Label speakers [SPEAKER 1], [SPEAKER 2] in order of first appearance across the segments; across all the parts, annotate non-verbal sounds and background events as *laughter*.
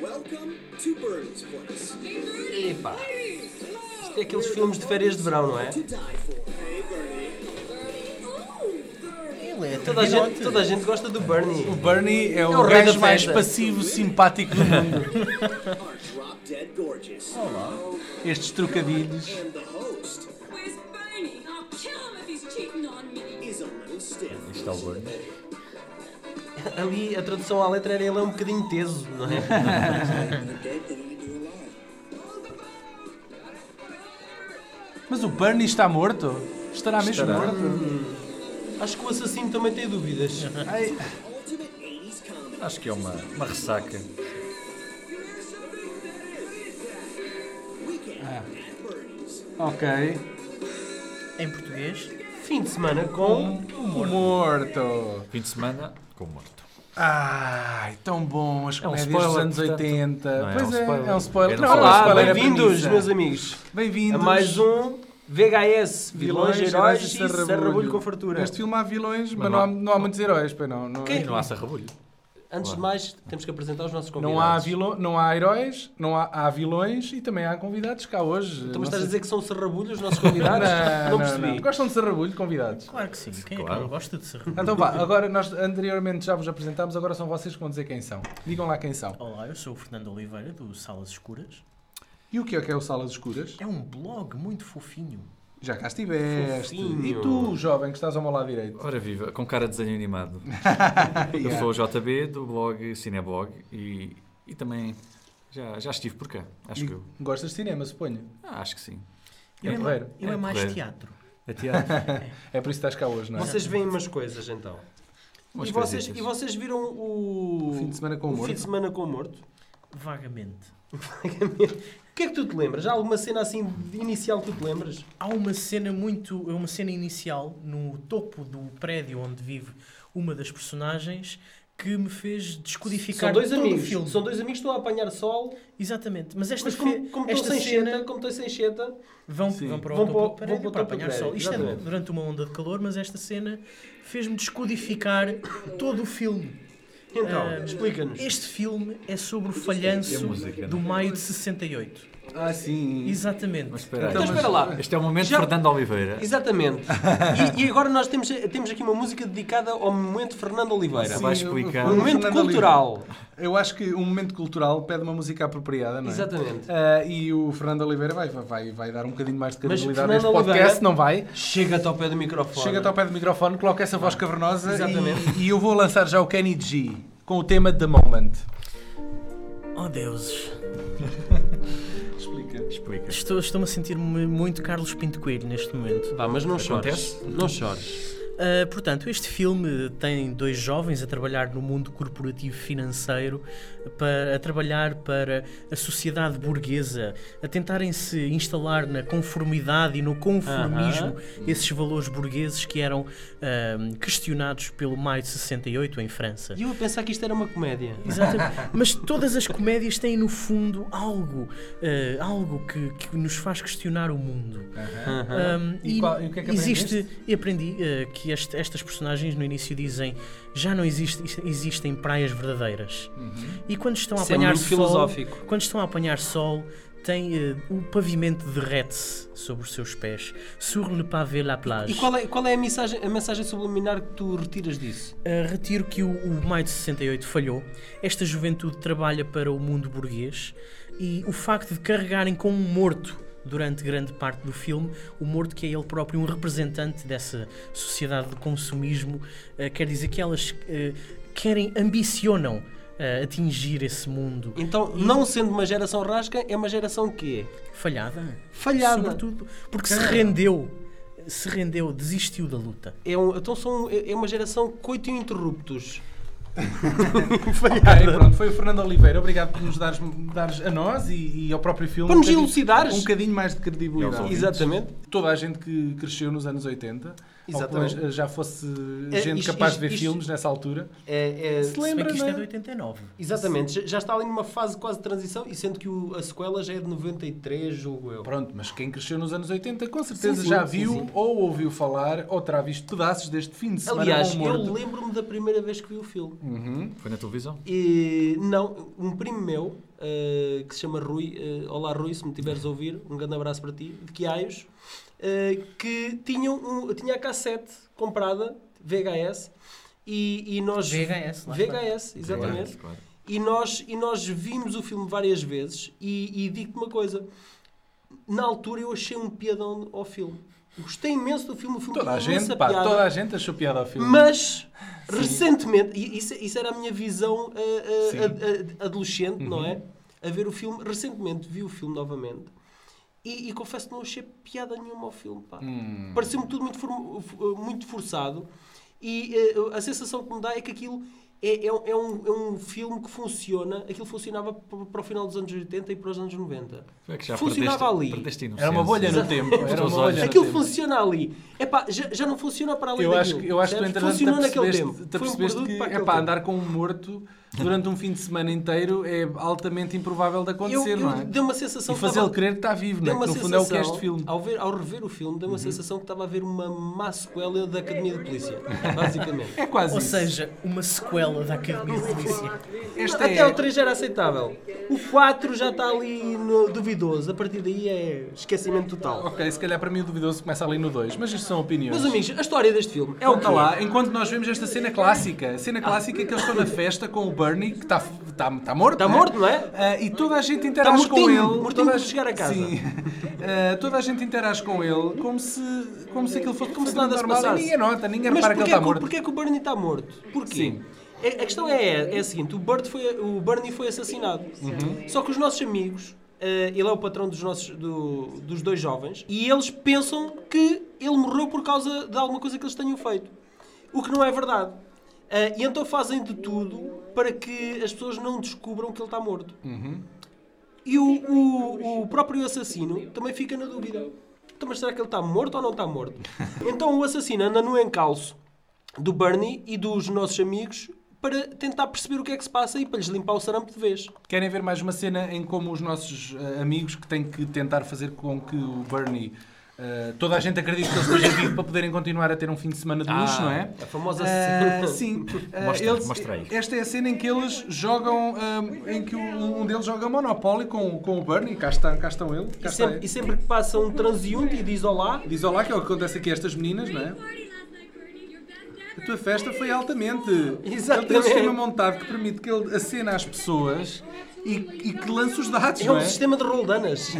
[SPEAKER 1] Welcome to Bernie's place.
[SPEAKER 2] Epá. Isto é aqueles filmes de férias de verão, não é?
[SPEAKER 1] To die for. Hey, Bernie.
[SPEAKER 3] Ele é
[SPEAKER 2] Toda a gente,
[SPEAKER 3] terminote.
[SPEAKER 2] toda a gente gosta do Bernie.
[SPEAKER 4] O Bernie é o,
[SPEAKER 2] É o rei
[SPEAKER 4] gajo
[SPEAKER 2] da
[SPEAKER 4] mais
[SPEAKER 2] festa.
[SPEAKER 4] passivo, simpático do mundo.
[SPEAKER 1] Are drop dead gorgeous.
[SPEAKER 4] Estes trocadilhos.
[SPEAKER 1] And the host
[SPEAKER 5] Where's Bernie? I'll kill him if he's cheating on me.
[SPEAKER 1] is a little stiff.
[SPEAKER 3] Isto é o Bernie.
[SPEAKER 2] Ali a tradução à letra era ele é um bocadinho teso, não
[SPEAKER 4] *laughs*
[SPEAKER 2] é?
[SPEAKER 4] Mas o Bernie está morto? Estará mesmo morto?
[SPEAKER 2] Acho que o assassino também tem
[SPEAKER 4] *laughs*
[SPEAKER 2] dúvidas.
[SPEAKER 4] Ai,
[SPEAKER 1] Ultimate 80s comedy.
[SPEAKER 3] Acho que é uma, uma ressaca.
[SPEAKER 1] Weekend at Bernie's.
[SPEAKER 4] ok.
[SPEAKER 3] Em português?
[SPEAKER 2] Fim de semana com.
[SPEAKER 4] Morto.
[SPEAKER 3] Fim de semana com o morto.
[SPEAKER 4] Ai, tão bom as
[SPEAKER 3] É um
[SPEAKER 4] comédias dos
[SPEAKER 3] spoiler,
[SPEAKER 4] anos
[SPEAKER 3] portanto.
[SPEAKER 4] 80.
[SPEAKER 3] Não é,
[SPEAKER 4] pois
[SPEAKER 3] é um spoiler.
[SPEAKER 4] é, é um spoiler.
[SPEAKER 3] Era
[SPEAKER 4] Não, o
[SPEAKER 3] um spoiler.
[SPEAKER 2] Olá,
[SPEAKER 4] spoiler é
[SPEAKER 2] bem-vindos,
[SPEAKER 4] premissa.
[SPEAKER 2] meus amigos, a
[SPEAKER 4] Bem-vindos.
[SPEAKER 2] mais um VHS Vilões, Heróis e
[SPEAKER 4] sarrabulho.
[SPEAKER 2] Sarrabulho com Fartura.
[SPEAKER 4] Neste filme há vilões, mas,
[SPEAKER 3] Mas
[SPEAKER 4] não, há,
[SPEAKER 3] não-
[SPEAKER 4] não há muitos heróis, pois não. é Não,
[SPEAKER 3] E não há sarrabulho.
[SPEAKER 2] Antes de mais, temos que apresentar os nossos convidados.
[SPEAKER 4] não há, vilão, não há heróis, não há, há vilões e também há convidados cá hoje.
[SPEAKER 2] Então, mas
[SPEAKER 4] Não
[SPEAKER 2] estás a
[SPEAKER 4] sei-
[SPEAKER 2] dizer que são sarrabulho os nossos convidados?
[SPEAKER 4] *laughs* não,
[SPEAKER 2] percebi.
[SPEAKER 4] não. Gostam de sarrabulho, convidados?
[SPEAKER 3] Claro que sim.
[SPEAKER 6] Quem é que não gosta de serrabulho?
[SPEAKER 4] Então vá, agora nós anteriormente já vos apresentámos, agora são vocês que vão dizer quem são. Digam lá quem são.
[SPEAKER 6] Olá, eu sou o Fernando Oliveira do Salas Escuras.
[SPEAKER 4] E o que é que é o Salas Escuras?
[SPEAKER 6] É um blog muito fofinho.
[SPEAKER 4] Já cá estiveste.
[SPEAKER 2] Fofinho.
[SPEAKER 4] E tu, jovem, que estás ao meu lado direito?
[SPEAKER 3] Ora viva, com cara de desenho
[SPEAKER 4] *laughs*
[SPEAKER 3] animado. Eu sou o JB do blog Cineblog e, e também já, já estive por cá, acho
[SPEAKER 4] E
[SPEAKER 3] que eu.
[SPEAKER 4] Gostas de cinema, suponho.
[SPEAKER 3] Ah, acho que sim.
[SPEAKER 4] É
[SPEAKER 6] eu
[SPEAKER 4] porreiro.
[SPEAKER 6] eu
[SPEAKER 3] É
[SPEAKER 6] é mais
[SPEAKER 3] porreiro.
[SPEAKER 6] teatro.
[SPEAKER 3] A teatro.
[SPEAKER 4] É por isso que estás cá hoje, não é?
[SPEAKER 2] Vocês veem umas coisas então.
[SPEAKER 3] Umas
[SPEAKER 2] e, vocês,
[SPEAKER 3] coisitas.
[SPEAKER 2] e vocês viram o.
[SPEAKER 4] O fim de semana com o
[SPEAKER 2] fim
[SPEAKER 4] morto?
[SPEAKER 2] de semana com o morto?
[SPEAKER 6] Vagamente.
[SPEAKER 2] O que é que tu te lembras? Há alguma cena assim de inicial que tu te lembras?
[SPEAKER 6] Há uma cena muito. é Uma cena inicial no topo do prédio onde vive uma das personagens que me fez descodificar
[SPEAKER 2] São dois
[SPEAKER 6] todo
[SPEAKER 2] amigos.
[SPEAKER 6] o filme.
[SPEAKER 2] São dois amigos que estão a apanhar sol,
[SPEAKER 6] Exatamente. Mas esta,
[SPEAKER 2] mas como,
[SPEAKER 6] fe-
[SPEAKER 2] como estão
[SPEAKER 6] esta
[SPEAKER 2] sem
[SPEAKER 6] cena.
[SPEAKER 2] cheta, como estão sem cheta,
[SPEAKER 6] Vão,
[SPEAKER 4] Sim.
[SPEAKER 6] vão para o
[SPEAKER 2] Vão
[SPEAKER 6] topo
[SPEAKER 2] para o-
[SPEAKER 6] do prédio
[SPEAKER 2] vão para o
[SPEAKER 6] para
[SPEAKER 2] topo do
[SPEAKER 6] apanhar
[SPEAKER 2] prédio,
[SPEAKER 6] sol. Isto é
[SPEAKER 2] exatamente.
[SPEAKER 6] durante uma onda de calor, mas esta cena fez-me descodificar todo o filme.
[SPEAKER 2] então,
[SPEAKER 6] Ah,
[SPEAKER 2] explica-nos.
[SPEAKER 6] Este filme é sobre o falhanço
[SPEAKER 3] música,
[SPEAKER 6] do
[SPEAKER 3] não é?
[SPEAKER 6] maio de 68.
[SPEAKER 4] Ah, sim.
[SPEAKER 6] Exatamente.
[SPEAKER 3] Mas espera aí.
[SPEAKER 2] Então, espera lá.
[SPEAKER 3] Este é o momento
[SPEAKER 2] Já-
[SPEAKER 3] de Fernando Oliveira.
[SPEAKER 2] Exatamente. E, e agora nós temos, temos aqui uma música dedicada ao momento Fernando Oliveira.
[SPEAKER 3] Sim, vai
[SPEAKER 4] eu-
[SPEAKER 3] explicar.
[SPEAKER 4] eu-
[SPEAKER 2] Um momento
[SPEAKER 4] Fernando Oliveira.
[SPEAKER 2] cultural.
[SPEAKER 4] Eu acho que um momento cultural pede uma música apropriada, não é?
[SPEAKER 2] Exatamente.
[SPEAKER 4] Ah, e o Fernando Oliveira vai, vai, vai dar um bocadinho mais de
[SPEAKER 2] Mas
[SPEAKER 4] credibilidade
[SPEAKER 2] Fernando
[SPEAKER 4] neste podcast,
[SPEAKER 2] Oliveira-
[SPEAKER 4] não vai?
[SPEAKER 2] Chega-te ao pé do microfone.
[SPEAKER 4] Chega-te ao pé do microfone, coloca essa voz cavernosa
[SPEAKER 2] Exatamente.
[SPEAKER 4] e, e eu vou lançar já o Kenny G com o tema The Moment.
[SPEAKER 6] Oh deuses,
[SPEAKER 4] Explica.
[SPEAKER 3] Explica.
[SPEAKER 6] estou, estou-me a sentir-me muito Carlos Pinto Coelho neste momento.
[SPEAKER 2] Vá, mas não chores.
[SPEAKER 3] Acontece?
[SPEAKER 2] Não chores.
[SPEAKER 6] Ah, portanto, este filme tem dois jovens a trabalhar no mundo corporativo financeiro, para, a trabalhar para a sociedade burguesa, a tentarem se instalar na conformidade e no conformismo, esses valores burgueses que eram ah, questionados pelo maio de 68 em França.
[SPEAKER 2] E eu a pensar que isto era uma comédia.
[SPEAKER 6] *laughs* Exatamente. Mas todas as comédias têm no fundo algo, eh, algo que, que nos faz questionar o mundo. Um,
[SPEAKER 4] E qual- e o que é que
[SPEAKER 6] existe E aprendi eh, que este- estas personagens no início dizem já não existe, existem praias verdadeiras.
[SPEAKER 4] Uhum.
[SPEAKER 6] E quando estão a
[SPEAKER 2] Isso é
[SPEAKER 6] apanhar
[SPEAKER 2] muito
[SPEAKER 6] sol,
[SPEAKER 2] filosófico.
[SPEAKER 6] quando estão a apanhar sol, tem eh, o pavimento derrete-se sobre os seus pés. Sur le pavé la plage.
[SPEAKER 2] E qual é, qual é a, mensagem, a mensagem subliminar que tu retiras disso?
[SPEAKER 6] Uh, retiro que o, o maio de 68 falhou. Esta juventude trabalha para o mundo burguês e o facto de carregarem com um morto durante grande parte do filme, o morto que é ele próprio um representante dessa sociedade de consumismo, uh, quer dizer que elas uh, querem, ambicionam uh, atingir esse mundo
[SPEAKER 2] Então, não sendo uma geração rasca, é uma geração que
[SPEAKER 6] falhada.
[SPEAKER 2] Falhada.
[SPEAKER 6] Sobretudo porque se rendeu, se rendeu, desistiu da luta.
[SPEAKER 2] é um, então são, é é uma geração coito interruptos.
[SPEAKER 4] Ok, pronto, foi o Fernando Oliveira. Obrigado por nos dares, dares a nós e, e ao próprio filme.
[SPEAKER 2] Para nos
[SPEAKER 4] um bocadinho-
[SPEAKER 2] elucidares.
[SPEAKER 4] Um bocadinho mais de
[SPEAKER 3] E aos
[SPEAKER 4] credibilidade.
[SPEAKER 3] ouvintes.
[SPEAKER 2] Exatamente.
[SPEAKER 4] toda a gente que cresceu nos anos 80. Ou
[SPEAKER 2] Exatamente.
[SPEAKER 4] que já fosse
[SPEAKER 2] É,
[SPEAKER 4] gente
[SPEAKER 2] isto-
[SPEAKER 4] capaz
[SPEAKER 2] isto-
[SPEAKER 4] de ver
[SPEAKER 2] isto-
[SPEAKER 4] filmes nessa altura.
[SPEAKER 2] É, é,
[SPEAKER 4] Se
[SPEAKER 6] Se bem
[SPEAKER 4] lembra,
[SPEAKER 6] que isto
[SPEAKER 4] não
[SPEAKER 6] é
[SPEAKER 4] é?
[SPEAKER 6] de 89.
[SPEAKER 2] exatamente, já- já está ali numa fase quase de transição e sendo que o- a sequela já é de 93, julgo eu.
[SPEAKER 4] Pronto, mas quem cresceu nos anos 80 com certeza
[SPEAKER 2] Sim, sim,
[SPEAKER 4] já
[SPEAKER 2] sim,
[SPEAKER 4] viu
[SPEAKER 2] sim.
[SPEAKER 4] ou ouviu falar ou terá visto pedaços deste fim de semana
[SPEAKER 2] Aliás,
[SPEAKER 4] com o
[SPEAKER 2] eu
[SPEAKER 4] é um morto.
[SPEAKER 2] lembro-me da primeira vez que vi o filme.
[SPEAKER 3] Foi na
[SPEAKER 6] Então.
[SPEAKER 3] televisão?
[SPEAKER 2] E não, um primo meu eh, que se chama Rui, eh, olá Rui, se me tiveres a ouvir, um grande abraço para ti, de Quiaios, eh, que tinha, um, tinha a cassete comprada, VHS, e, e nós.
[SPEAKER 6] VHS, lá está.
[SPEAKER 2] VHS, exatamente.
[SPEAKER 3] Claro,
[SPEAKER 2] E nós, e nós vimos o filme várias vezes e, e digo-te uma coisa. Na altura eu achei um piadão ao filme. Gostei imenso do filme. O filme
[SPEAKER 4] Toda a
[SPEAKER 2] tinha
[SPEAKER 4] gente,
[SPEAKER 2] imensa
[SPEAKER 4] pá,
[SPEAKER 2] piada.
[SPEAKER 4] toda a gente achou piada ao filme.
[SPEAKER 2] Mas, recentemente, e isso, isso era a minha visão ah, ah,
[SPEAKER 4] Sim.
[SPEAKER 2] ad- ad- adolescente,
[SPEAKER 3] Uhum.
[SPEAKER 2] não é? A ver o filme. Recentemente vi o filme novamente e, e confesso que não achei piada nenhuma ao filme. pá.
[SPEAKER 3] Hum.
[SPEAKER 2] Pareceu-me tudo muito, form- f- muito forçado e eh, a sensação que me dá é que aquilo é, é um, é um- é um filme que funciona, aquilo funcionava p- para o final dos anos 80 e para os anos 90.
[SPEAKER 3] Como é que já
[SPEAKER 2] funcionava
[SPEAKER 3] perdeste-
[SPEAKER 2] ali.
[SPEAKER 3] perdeste a
[SPEAKER 4] Era uma
[SPEAKER 3] inocência?
[SPEAKER 4] bolha no tempo. Era uma
[SPEAKER 3] Os
[SPEAKER 4] bolha
[SPEAKER 3] olhos.
[SPEAKER 4] no
[SPEAKER 2] Aquilo
[SPEAKER 4] tempo.
[SPEAKER 2] funciona ali. Epá, já, já não funciona para além
[SPEAKER 4] Eu acho,
[SPEAKER 2] daquilo.
[SPEAKER 4] que- eu acho que tu
[SPEAKER 2] percebes?
[SPEAKER 4] entretanto te
[SPEAKER 2] Funcionou naquele
[SPEAKER 4] apercebeste,
[SPEAKER 2] tempo.
[SPEAKER 4] te
[SPEAKER 2] Foi um
[SPEAKER 4] apercebeste
[SPEAKER 2] produto
[SPEAKER 4] que
[SPEAKER 2] para
[SPEAKER 4] é
[SPEAKER 2] aquele
[SPEAKER 4] pá,
[SPEAKER 2] tempo.
[SPEAKER 4] andar com um morto durante um fim de semana inteiro é altamente improvável de
[SPEAKER 2] eu,
[SPEAKER 4] acontecer,
[SPEAKER 2] eu,
[SPEAKER 4] não é?
[SPEAKER 2] deu uma sensação
[SPEAKER 4] E
[SPEAKER 2] que
[SPEAKER 4] fazê-lo
[SPEAKER 2] estava-
[SPEAKER 4] crer que está vivo, não é?
[SPEAKER 2] deu uma
[SPEAKER 4] Que no fundo é o que é
[SPEAKER 2] sensação,
[SPEAKER 4] este filme. Uhum.
[SPEAKER 2] Ao, ver, ao rever o filme, deu uma sensação que estava a ver uma má sequela da Academia de Polícia, basicamente.
[SPEAKER 4] É quase
[SPEAKER 6] Ou
[SPEAKER 4] isso.
[SPEAKER 6] seja, uma sequela da Academia de Polícia.
[SPEAKER 4] *laughs* este
[SPEAKER 2] Até
[SPEAKER 4] é...
[SPEAKER 2] o 3 já era aceitável. O 4 já está ali no- duvidoso. A partir daí é esquecimento total.
[SPEAKER 4] Ok, se calhar para mim o duvidoso começa ali no 2, mas isto são opiniões.
[SPEAKER 2] Meus amigos, a história deste filme é
[SPEAKER 4] É
[SPEAKER 2] o
[SPEAKER 4] o
[SPEAKER 2] que
[SPEAKER 4] que lá, enquanto nós vemos esta cena clássica. A cena clássica é que eles estão na festa com o Bernie, que está tá, tá morto.
[SPEAKER 2] Está morto, não é?
[SPEAKER 4] Ah, e toda a gente interage
[SPEAKER 2] Está mortinho,
[SPEAKER 4] com ele.
[SPEAKER 2] mortinho
[SPEAKER 4] toda
[SPEAKER 2] por
[SPEAKER 4] gente-
[SPEAKER 2] chegar a casa.
[SPEAKER 4] Sim. *laughs* Ah, toda a gente interage com ele como se, como se aquilo fosse
[SPEAKER 2] como se nada se
[SPEAKER 4] normal.
[SPEAKER 2] passasse.
[SPEAKER 4] E ninguém nota, ninguém
[SPEAKER 2] Mas
[SPEAKER 4] repara que ele
[SPEAKER 2] porquê
[SPEAKER 4] está morto.
[SPEAKER 2] Porquê que o Bernie está morto? Porquê?
[SPEAKER 4] Sim.
[SPEAKER 2] É- A questão é, é a seguinte, o, Bert foi, o Bernie foi assassinado.
[SPEAKER 4] Uhum.
[SPEAKER 2] Só que os nossos amigos, eh, ele é o patrão dos, nossos, do- dos dois jovens, e eles pensam que ele morreu por causa de alguma coisa que eles tenham feito. O que não é verdade. Eh, e então fazem de tudo para que as pessoas não descubram que ele está morto. E o, o- o próprio assassino também fica na dúvida. Então, mas será que ele está morto ou não está
[SPEAKER 4] *laughs*
[SPEAKER 2] morto? Então o assassino anda no encalço do Bernie e dos nossos amigos para tentar perceber o que é que se passa e para lhes limpar o sarampo de vez.
[SPEAKER 4] Querem ver mais uma cena em como os nossos ah, amigos que têm que tentar fazer com que o Bernie. ah, toda a gente acredita que ele
[SPEAKER 2] *laughs*
[SPEAKER 4] esteja vivo para poderem continuar a ter um fim de semana de luxo,
[SPEAKER 3] Ah,
[SPEAKER 4] não é?
[SPEAKER 2] A famosa
[SPEAKER 3] *laughs*
[SPEAKER 4] Ah, sim. Ah,
[SPEAKER 3] Mostra,
[SPEAKER 4] eles-
[SPEAKER 3] mostra aí.
[SPEAKER 4] Esta é a cena em que eles jogam, ah, em que um um deles joga Monopoly com, com o Bernie, cá, está, cá estão ele, cá
[SPEAKER 2] E
[SPEAKER 4] está
[SPEAKER 2] sempre,
[SPEAKER 4] ele.
[SPEAKER 2] e sempre que passa um transeunte e diz olá,
[SPEAKER 4] Diz olá que é o que acontece aqui a estas meninas, não é?
[SPEAKER 5] Party last night, Courtney. Your best
[SPEAKER 4] A
[SPEAKER 5] ever.
[SPEAKER 4] tua festa foi altamente. Ele
[SPEAKER 2] Exatamente.
[SPEAKER 4] tem um sistema montado que permite que ele acena às pessoas e, e que lance os dados,
[SPEAKER 2] é
[SPEAKER 4] não
[SPEAKER 2] um
[SPEAKER 4] é?
[SPEAKER 2] sistema de
[SPEAKER 4] *laughs*
[SPEAKER 2] roldanas.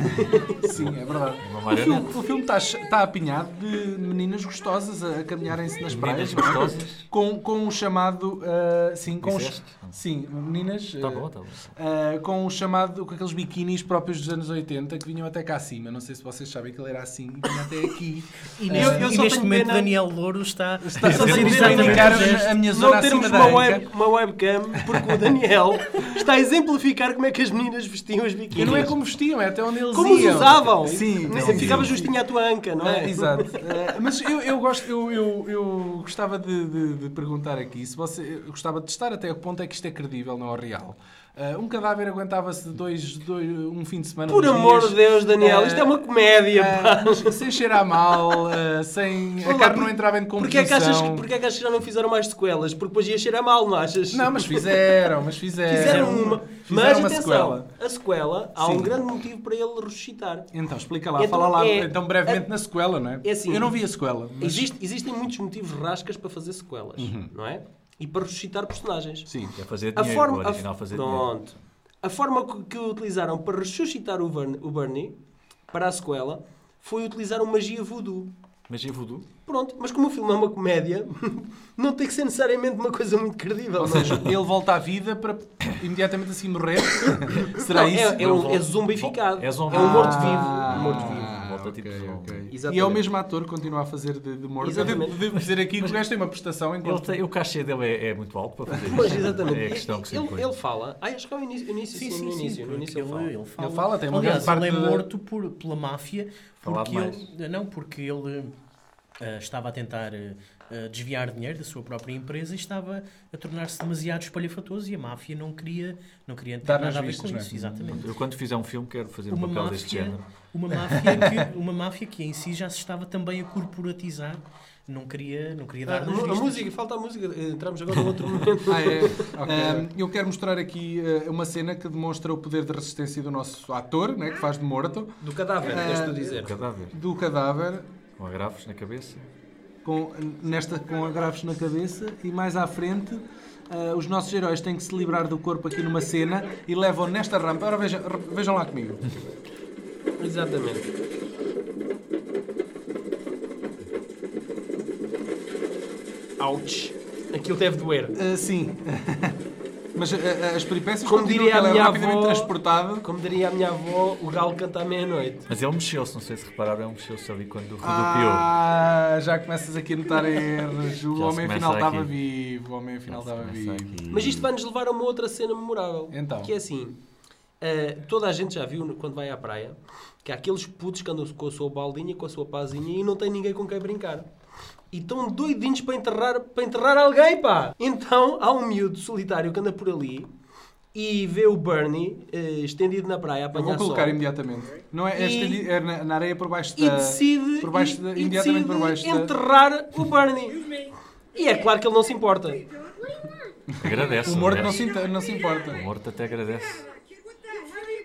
[SPEAKER 4] Sim, é verdade.
[SPEAKER 3] uma
[SPEAKER 4] O filme,
[SPEAKER 3] marionete.
[SPEAKER 4] o filme está, che- está apinhado de meninas gostosas a, a caminharem-se nas
[SPEAKER 3] Meninas
[SPEAKER 4] praias. não é?
[SPEAKER 3] gostosas?
[SPEAKER 4] Com, com o chamado. ah, sim, com os,
[SPEAKER 3] Disseste?
[SPEAKER 4] sim, meninas.
[SPEAKER 3] Tá
[SPEAKER 4] ah,
[SPEAKER 3] bom, tá bom.
[SPEAKER 4] ah, com o chamado. com aqueles biquinis próprios dos anos 80 que vinham até cá acima. Não sei se vocês sabem que ele era assim e vinha até aqui.
[SPEAKER 6] E
[SPEAKER 2] Eu-
[SPEAKER 6] neste,
[SPEAKER 2] eu
[SPEAKER 6] e
[SPEAKER 2] só
[SPEAKER 6] neste
[SPEAKER 2] tenho
[SPEAKER 6] momento
[SPEAKER 2] pena-
[SPEAKER 6] Daniel Louro está,
[SPEAKER 4] Está a fazer
[SPEAKER 2] exatamente
[SPEAKER 4] indicar
[SPEAKER 6] o gesto.
[SPEAKER 4] a, a minha zona
[SPEAKER 2] Não
[SPEAKER 4] acima
[SPEAKER 2] termos
[SPEAKER 4] da
[SPEAKER 2] uma,
[SPEAKER 4] anca.
[SPEAKER 2] web- uma webcam, porque o
[SPEAKER 4] *laughs*
[SPEAKER 2] Daniel está a exemplificar como é que as meninas vestiam as biquinis.
[SPEAKER 4] E não é como vestiam, é até onde eles
[SPEAKER 2] Como os
[SPEAKER 4] iam.
[SPEAKER 2] usavam.
[SPEAKER 4] Sim,
[SPEAKER 2] Não,
[SPEAKER 4] sim.
[SPEAKER 2] Ficava justinha a tua anca, não é?
[SPEAKER 4] Ah, exato. *laughs* Ah, mas eu, eu gosto, eu, eu, eu gostava de, de- de perguntar aqui se você eu gostava de testar até que ponto é que isto é credível, não é real. Ah, um cadáver aguentava-se dois, dois, um fim de semana.
[SPEAKER 2] Por
[SPEAKER 4] dois
[SPEAKER 2] amor
[SPEAKER 4] dias.
[SPEAKER 2] de Deus, Daniel, isto é uma comédia,
[SPEAKER 4] Ah,
[SPEAKER 2] pá.
[SPEAKER 4] ah, sem cheirar mal, ah, sem.
[SPEAKER 2] Olá,
[SPEAKER 4] a carne
[SPEAKER 2] por-
[SPEAKER 4] não entrava em
[SPEAKER 2] Porquê é, que
[SPEAKER 4] composição.
[SPEAKER 2] achas, que- porquê é que achas que já não fizeram mais sequelas? Porque depois ia cheirar mal, não achas?
[SPEAKER 4] Não, mas fizeram, mas fizeram.
[SPEAKER 2] fizeram uma.
[SPEAKER 4] Fizeram
[SPEAKER 2] mas
[SPEAKER 4] uma
[SPEAKER 2] atenção,
[SPEAKER 4] sequela.
[SPEAKER 2] a sequela, há
[SPEAKER 4] Sim.
[SPEAKER 2] um grande motivo para ele ressuscitar.
[SPEAKER 4] Então, explica lá,
[SPEAKER 2] Então,
[SPEAKER 4] fala lá,
[SPEAKER 2] é-
[SPEAKER 4] então brevemente na sequela, não é?
[SPEAKER 2] é assim.
[SPEAKER 4] eu não vi a sequela. Mas... Uhum.
[SPEAKER 2] Existe- existem muitos motivos rascas para fazer sequelas, não é? E para ressuscitar personagens.
[SPEAKER 4] Sim.
[SPEAKER 3] É fazer
[SPEAKER 2] A
[SPEAKER 3] dinheiro,
[SPEAKER 2] forma,
[SPEAKER 3] o
[SPEAKER 2] a-
[SPEAKER 3] original fazer dinheiro.
[SPEAKER 2] Pronto. A forma que, que utilizaram para ressuscitar o, Bern- o Bernie para a sequela foi utilizar uma magia voodoo.
[SPEAKER 3] Mas em voodoo?
[SPEAKER 2] Pronto, mas como o filme é uma comédia, *laughs* não tem que ser necessariamente uma coisa muito credível.
[SPEAKER 4] Ou
[SPEAKER 2] não é?
[SPEAKER 4] seja,
[SPEAKER 3] *laughs*
[SPEAKER 4] ele volta à vida para imediatamente assim morrer. Será
[SPEAKER 2] Não,
[SPEAKER 4] isso?
[SPEAKER 2] É, é, um- é zombificado.
[SPEAKER 3] É zombi.
[SPEAKER 2] É um morto-vivo.
[SPEAKER 4] Ah,
[SPEAKER 2] um morto-vivo.
[SPEAKER 3] Volta portanto,
[SPEAKER 4] ok,
[SPEAKER 3] tipo,
[SPEAKER 4] ok. E é o
[SPEAKER 2] Exatamente.
[SPEAKER 4] mesmo ator que continua a fazer de, de morto.
[SPEAKER 2] Exatamente.
[SPEAKER 4] Devo devo dizer aqui que o gajo tem uma prestação
[SPEAKER 3] Ele
[SPEAKER 4] enquanto
[SPEAKER 3] tem- o cachê dele é, é muito alto para fazer
[SPEAKER 2] Pois,
[SPEAKER 3] isto.
[SPEAKER 2] exatamente.
[SPEAKER 3] É a questão que se
[SPEAKER 2] ele,
[SPEAKER 3] impõe.
[SPEAKER 2] ele fala. Ah, acho que é o início. início sim, no início. No
[SPEAKER 6] porque
[SPEAKER 2] início ele fala.
[SPEAKER 6] ele, ele fala.
[SPEAKER 4] Ele fala, tem uma
[SPEAKER 6] Aliás,
[SPEAKER 4] grande
[SPEAKER 6] ele
[SPEAKER 4] parte
[SPEAKER 6] é
[SPEAKER 4] da-
[SPEAKER 6] morto por, pela máfia
[SPEAKER 3] Falar
[SPEAKER 6] porque
[SPEAKER 3] demais.
[SPEAKER 6] ele, não, porque ele ah, estava a tentar ah, ah, desviar dinheiro da sua própria empresa e estava a tornar-se demasiado espalhafatoso e a máfia não queria, não queria ter
[SPEAKER 4] Dar
[SPEAKER 6] nada
[SPEAKER 4] nas
[SPEAKER 6] a ver
[SPEAKER 4] vistas,
[SPEAKER 6] com
[SPEAKER 4] não é?
[SPEAKER 6] isso. Exatamente
[SPEAKER 3] Eu quando fizer um filme quero fazer um
[SPEAKER 6] uma
[SPEAKER 3] papel
[SPEAKER 6] máfia,
[SPEAKER 3] deste género.
[SPEAKER 6] Uma máfia, que, uma máfia que em si já se estava também a corporatizar. Não queria, não queria
[SPEAKER 2] Ah,
[SPEAKER 6] dar
[SPEAKER 2] a
[SPEAKER 6] nas
[SPEAKER 2] mu- a
[SPEAKER 6] vistas.
[SPEAKER 2] música, falta a música. Entramos agora no outro momento.
[SPEAKER 4] Ah,
[SPEAKER 3] *laughs*
[SPEAKER 4] é? Ok. Um, eu quero mostrar aqui uh, uma cena que demonstra o poder de resistência do nosso ator, né, que faz de morto,
[SPEAKER 2] Do cadáver,
[SPEAKER 4] Ah,
[SPEAKER 2] tens tu a *laughs* dizer.
[SPEAKER 3] Um cadáver.
[SPEAKER 4] do cadáver,
[SPEAKER 3] Com agravos na cabeça.
[SPEAKER 4] com, nesta, com agravos na cabeça, e mais à frente. uh, os nossos heróis têm que se livrar do corpo aqui numa cena e levam nesta rampa. Ora, veja- re- vejam, lá comigo.
[SPEAKER 2] Exatamente. Ouch. Aquilo deve doer.
[SPEAKER 4] Uh, sim. *laughs* Mas uh, uh, as peripécias
[SPEAKER 2] Como
[SPEAKER 4] continuam,
[SPEAKER 2] diria
[SPEAKER 4] que
[SPEAKER 2] a
[SPEAKER 4] ele é
[SPEAKER 2] minha
[SPEAKER 4] rapidamente
[SPEAKER 2] avó-
[SPEAKER 4] transportado.
[SPEAKER 2] Como diria a minha avó, o galo canta à meia-noite.
[SPEAKER 3] Mas ele mexeu-se, não sei se repararam, ele mexeu-se ali quando rodopiou.
[SPEAKER 4] Ah, já começas aqui a notar erros. O
[SPEAKER 3] se
[SPEAKER 4] homem
[SPEAKER 3] começa
[SPEAKER 4] afinal estava
[SPEAKER 3] aqui.
[SPEAKER 4] vivo. O homem
[SPEAKER 3] Já
[SPEAKER 4] afinal
[SPEAKER 3] se
[SPEAKER 4] estava
[SPEAKER 3] começa
[SPEAKER 4] vivo.
[SPEAKER 3] aqui.
[SPEAKER 2] Mas isto vai-nos levar a uma outra cena memorável.
[SPEAKER 4] Então.
[SPEAKER 2] Que é assim: ah, toda a gente já viu no- quando vai à praia que há aqueles putos que andam com a sua baldinha, com a sua pazinha e não tem ninguém com quem brincar. E estão doidinhos para enterrar, para enterrar alguém, pá! Então há um miúdo solitário que anda por ali e vê o Bernie eh, estendido na praia a
[SPEAKER 4] Eu vou
[SPEAKER 2] apanhar sol.
[SPEAKER 4] colocar imediatamente. Não é, é,
[SPEAKER 2] E-
[SPEAKER 4] estendi- é na, na areia por baixo da.
[SPEAKER 2] E decide,
[SPEAKER 4] por baixo
[SPEAKER 2] e-
[SPEAKER 4] da-
[SPEAKER 2] e
[SPEAKER 4] imediatamente
[SPEAKER 2] decide
[SPEAKER 4] por baixo da-
[SPEAKER 2] enterrar o Bernie. E é claro que ele não se importa.
[SPEAKER 3] Agradece.
[SPEAKER 4] O morto
[SPEAKER 3] aliás.
[SPEAKER 4] não se, inter- não se importa.
[SPEAKER 3] O morto até agradece.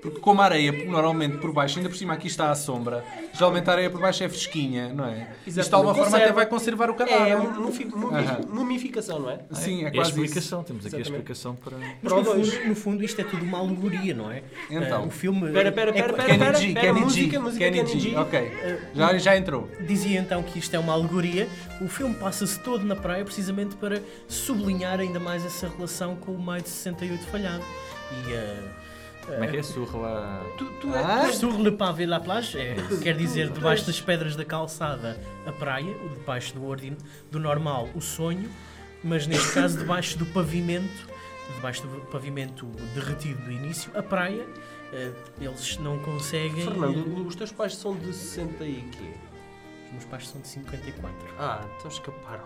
[SPEAKER 4] Porque como a areia normalmente por baixo, ainda por cima aqui está a sombra, geralmente a areia por baixo é fresquinha, não é? Isto de alguma forma
[SPEAKER 2] Conserva.
[SPEAKER 4] até vai conservar o
[SPEAKER 2] É,
[SPEAKER 4] cadáver.
[SPEAKER 2] mumifi- mumifi-
[SPEAKER 4] Ah. Aham.
[SPEAKER 2] mumificação, não é?
[SPEAKER 4] Sim, é
[SPEAKER 3] É a
[SPEAKER 4] quase isso.
[SPEAKER 3] explicação, temos aqui a explicação para.
[SPEAKER 6] Mas no fundo, no fundo isto é tudo uma alegoria, não é?
[SPEAKER 4] Então.
[SPEAKER 6] Ah, o filme
[SPEAKER 2] Pera, pera,
[SPEAKER 6] é-
[SPEAKER 2] pera, pera,
[SPEAKER 4] Kenny
[SPEAKER 2] pera,
[SPEAKER 4] G,
[SPEAKER 2] pera,
[SPEAKER 4] Kenny G,
[SPEAKER 2] música, Eh, música
[SPEAKER 4] Kenny G, ok. Já, já entrou.
[SPEAKER 6] Dizia então que isto é uma alegoria. O filme passa-se todo na praia precisamente para sublinhar ainda mais essa relação com o Maio de 68 falhado. E
[SPEAKER 3] Como é que é? Surra lá.
[SPEAKER 2] Tu, tu é-
[SPEAKER 4] Ah?
[SPEAKER 6] uh, sur le pavé la plage é, quer dizer debaixo das pedras da calçada a praia, ou debaixo do ordem do normal o sonho, mas neste caso debaixo do pavimento, debaixo do pavimento derretido do início, a praia. eh, eles não conseguem.
[SPEAKER 2] Fernando, os teus pais são de 60 e quê?
[SPEAKER 6] Os meus pais são de 54.
[SPEAKER 2] Ah, então escaparam.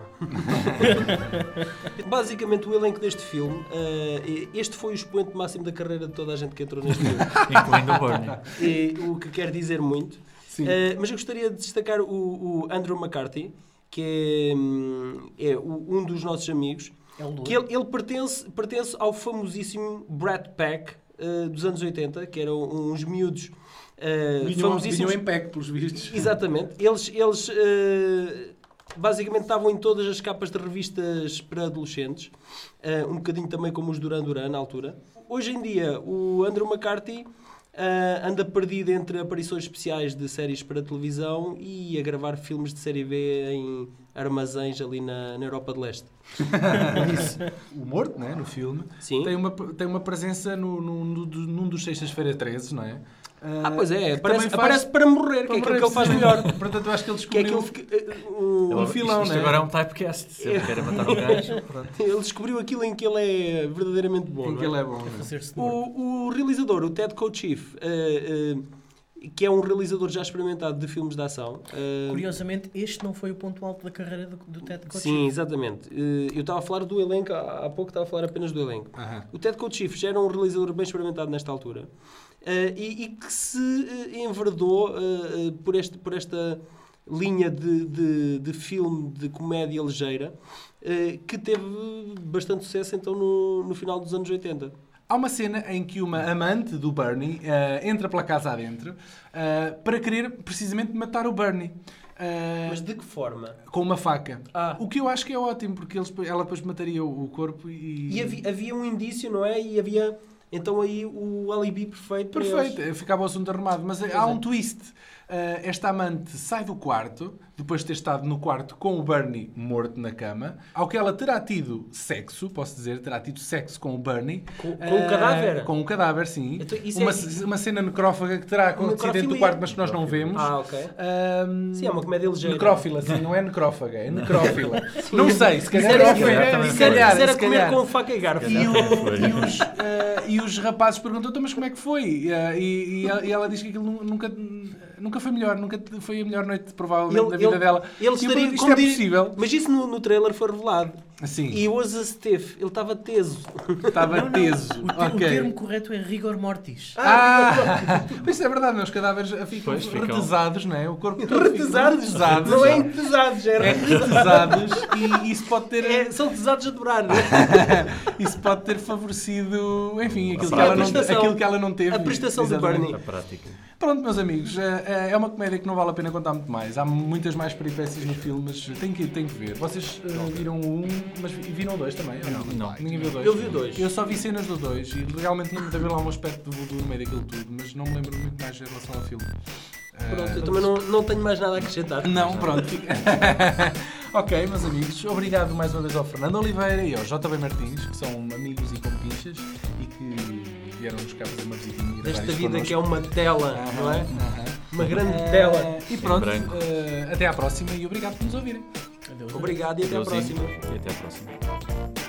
[SPEAKER 2] Basicamente, o elenco deste filme, eh, este foi o expoente máximo da carreira de toda a gente que entrou neste filme.
[SPEAKER 3] Incluindo o Bernie.
[SPEAKER 2] E o que quer dizer muito.
[SPEAKER 4] Sim.
[SPEAKER 2] Eh, mas eu gostaria de destacar o, o Andrew McCarthy, que é, hum, é o- um dos nossos amigos,
[SPEAKER 6] É o louro.
[SPEAKER 2] que ele, ele pertence, pertence ao famosíssimo Brat Pack eh, dos anos 80, que eram uns miúdos eh,
[SPEAKER 4] Vinham, vinham
[SPEAKER 2] famosíssimos.
[SPEAKER 4] em PEC, pelos vistos.
[SPEAKER 2] Exatamente. Eles, eles eh, basicamente estavam em todas as capas de revistas para adolescentes, eh, um bocadinho também como os Duran Duran na altura. Hoje em dia, o Andrew McCarthy eh, anda perdido entre aparições especiais de séries para televisão e a gravar filmes de série B em armazéns ali na, na Europa de Leste.
[SPEAKER 4] *laughs* Isso. O morto, né, no filme,
[SPEAKER 2] Sim.
[SPEAKER 4] Tem, uma, tem uma presença no, no- no- do- num dos Sextas-feira 13, não é?
[SPEAKER 2] Ah, pois é,
[SPEAKER 4] que
[SPEAKER 2] aparece,
[SPEAKER 4] também faz-
[SPEAKER 2] aparece para morrer, que é aquilo que ele faz melhor.
[SPEAKER 4] Portanto, eu acho que ele
[SPEAKER 2] Que é
[SPEAKER 4] descobriu...
[SPEAKER 2] aquilo que, eh, o-
[SPEAKER 4] *laughs* Um filão,
[SPEAKER 3] isto, isto
[SPEAKER 4] né?
[SPEAKER 3] agora é um typecast. Se ele quer matar
[SPEAKER 4] *laughs*
[SPEAKER 3] um gajo, pronto.
[SPEAKER 2] ele descobriu aquilo em que ele é verdadeiramente bom.
[SPEAKER 4] Em
[SPEAKER 2] não
[SPEAKER 4] que
[SPEAKER 2] é?
[SPEAKER 4] ele é bom, não é?
[SPEAKER 6] Fazer-se morto.
[SPEAKER 2] O, o realizador, o Ted Kochief, eh, eh, que é um realizador já experimentado de filmes de ação. eh,
[SPEAKER 6] Curiosamente, este não foi o ponto alto da carreira do, do Ted Kotcheff.
[SPEAKER 2] Sim, exatamente. Eh, Eu estava a falar do elenco, há há pouco estava a falar apenas do elenco.
[SPEAKER 4] Aham.
[SPEAKER 2] O Ted Kochief já era um realizador bem experimentado nesta altura eh, e, e que se eh, enverdou eh, eh, por, este, por esta linha de, de, de filme de comédia ligeira eh, que teve bastante sucesso então no, no final dos anos 80.
[SPEAKER 4] Há uma cena em que uma amante do Bernie eh, entra pela casa adentro eh, para querer, precisamente, matar o Bernie. Eh,
[SPEAKER 2] Mas de que forma?
[SPEAKER 4] Com uma faca.
[SPEAKER 2] Ah.
[SPEAKER 4] O que eu acho que é ótimo, porque eles, ela depois mataria o o corpo e...
[SPEAKER 2] E havia, havia um indício, não é? E havia então aí o alibi perfeito. para é.
[SPEAKER 4] Perfeito, ficava o assunto arrumado. Mas há um twist. Ah, esta amante sai do quarto, depois de ter estado no quarto com o Bernie morto na cama, ao que ela terá tido sexo, posso dizer, terá tido sexo com o Bernie. Eh,
[SPEAKER 2] Com- com o cadáver?
[SPEAKER 4] Com o cadáver, sim.
[SPEAKER 2] Então, isso Um
[SPEAKER 4] uma,
[SPEAKER 2] é-
[SPEAKER 4] c- uma cena necrófaga que terá acontecido dentro do
[SPEAKER 2] Necrofilia.
[SPEAKER 4] quarto, mas que nós não vemos.
[SPEAKER 2] Ah, ok.
[SPEAKER 4] Ahm,
[SPEAKER 2] Sim, é uma comédia ligeira.
[SPEAKER 4] Necrófila, sim, não é
[SPEAKER 2] *laughs*
[SPEAKER 4] necrófaga, é necrófila. Não sei, se calhar
[SPEAKER 2] Isso era,
[SPEAKER 4] é
[SPEAKER 2] isso era-
[SPEAKER 4] necrófaga.
[SPEAKER 2] isso
[SPEAKER 4] se
[SPEAKER 2] era-
[SPEAKER 4] calhar,
[SPEAKER 2] isso era
[SPEAKER 4] se
[SPEAKER 2] comer
[SPEAKER 4] calhar.
[SPEAKER 2] com faca e garfo.
[SPEAKER 4] E, o- e os, eh, e os rapazes perguntam, "Então, mas como é que foi? E, eh, e- e ela, e ela diz que aquilo nu- nunca, nunca foi melhor, nunca te- foi a melhor noite provavelmente da vida dela. E
[SPEAKER 2] Ele
[SPEAKER 4] eu
[SPEAKER 2] estaria,
[SPEAKER 4] pergunto, Isto
[SPEAKER 2] como
[SPEAKER 4] é
[SPEAKER 2] diz-
[SPEAKER 4] possível?
[SPEAKER 2] Mas isso no, no trailer foi revelado.
[SPEAKER 4] Sim.
[SPEAKER 2] E was a stiff. Ele estava teso.
[SPEAKER 4] Estava teso.
[SPEAKER 6] O, te- o
[SPEAKER 4] Ok.
[SPEAKER 6] termo correto é rigor mortis.
[SPEAKER 4] Ah! *laughs* Mas isso é verdade, não, os cadáveres eh, ficam
[SPEAKER 3] Pois, ficam.
[SPEAKER 4] retesados, não é? O corpo todo fica
[SPEAKER 2] Retesados.
[SPEAKER 4] retesado.
[SPEAKER 2] Não é tesados,
[SPEAKER 4] É
[SPEAKER 2] é,
[SPEAKER 4] retesados
[SPEAKER 2] *laughs*
[SPEAKER 4] e isso pode ter...
[SPEAKER 2] é, são tesados a dobrar. não é?
[SPEAKER 4] Isso pode ter favorecido, enfim, aquilo,
[SPEAKER 3] Sim,
[SPEAKER 4] que
[SPEAKER 3] a
[SPEAKER 4] ela, não,
[SPEAKER 2] prestação.
[SPEAKER 4] aquilo que ela não teve.
[SPEAKER 2] A prestação do
[SPEAKER 4] Exatamente.
[SPEAKER 2] Bernie.
[SPEAKER 3] A É prática.
[SPEAKER 4] Pronto, meus amigos, é, é- é uma comédia que não vale a pena contar muito mais. Há muitas mais peripécias no filme, mas tem que, tem que ver. Vocês eh, viram o um, mas vi- viram o dois também? ou não?
[SPEAKER 3] Não.
[SPEAKER 4] Ninguém viu o dois?
[SPEAKER 2] Eu vi o dois.
[SPEAKER 4] Eu só vi cenas do dois e realmente lembro de haver lá um aspecto do, do meio daquilo tudo, mas não me lembro muito mais em relação ao filme. Eh,
[SPEAKER 2] Pronto, eu também não, não tenho mais nada a acrescentar.
[SPEAKER 4] não, pronto. *laughs* fica- ok, meus amigos, obrigado mais uma vez ao Fernando Oliveira e ao JB Martins, que são amigos e compinchas e que vieram-nos cá fazer uma visitinha. e gravar
[SPEAKER 2] Desta
[SPEAKER 4] isto
[SPEAKER 2] vida
[SPEAKER 4] connosco.
[SPEAKER 2] que é uma tela, não é?
[SPEAKER 4] Aham.
[SPEAKER 2] Uma grande
[SPEAKER 4] Eh,
[SPEAKER 2] tela.
[SPEAKER 4] E pronto,
[SPEAKER 3] branco.
[SPEAKER 4] eh, até à próxima e obrigado por nos ouvirem.
[SPEAKER 6] Adeus.
[SPEAKER 2] Obrigado e até à
[SPEAKER 3] Deusinho.
[SPEAKER 2] próxima.
[SPEAKER 3] E até a próxima.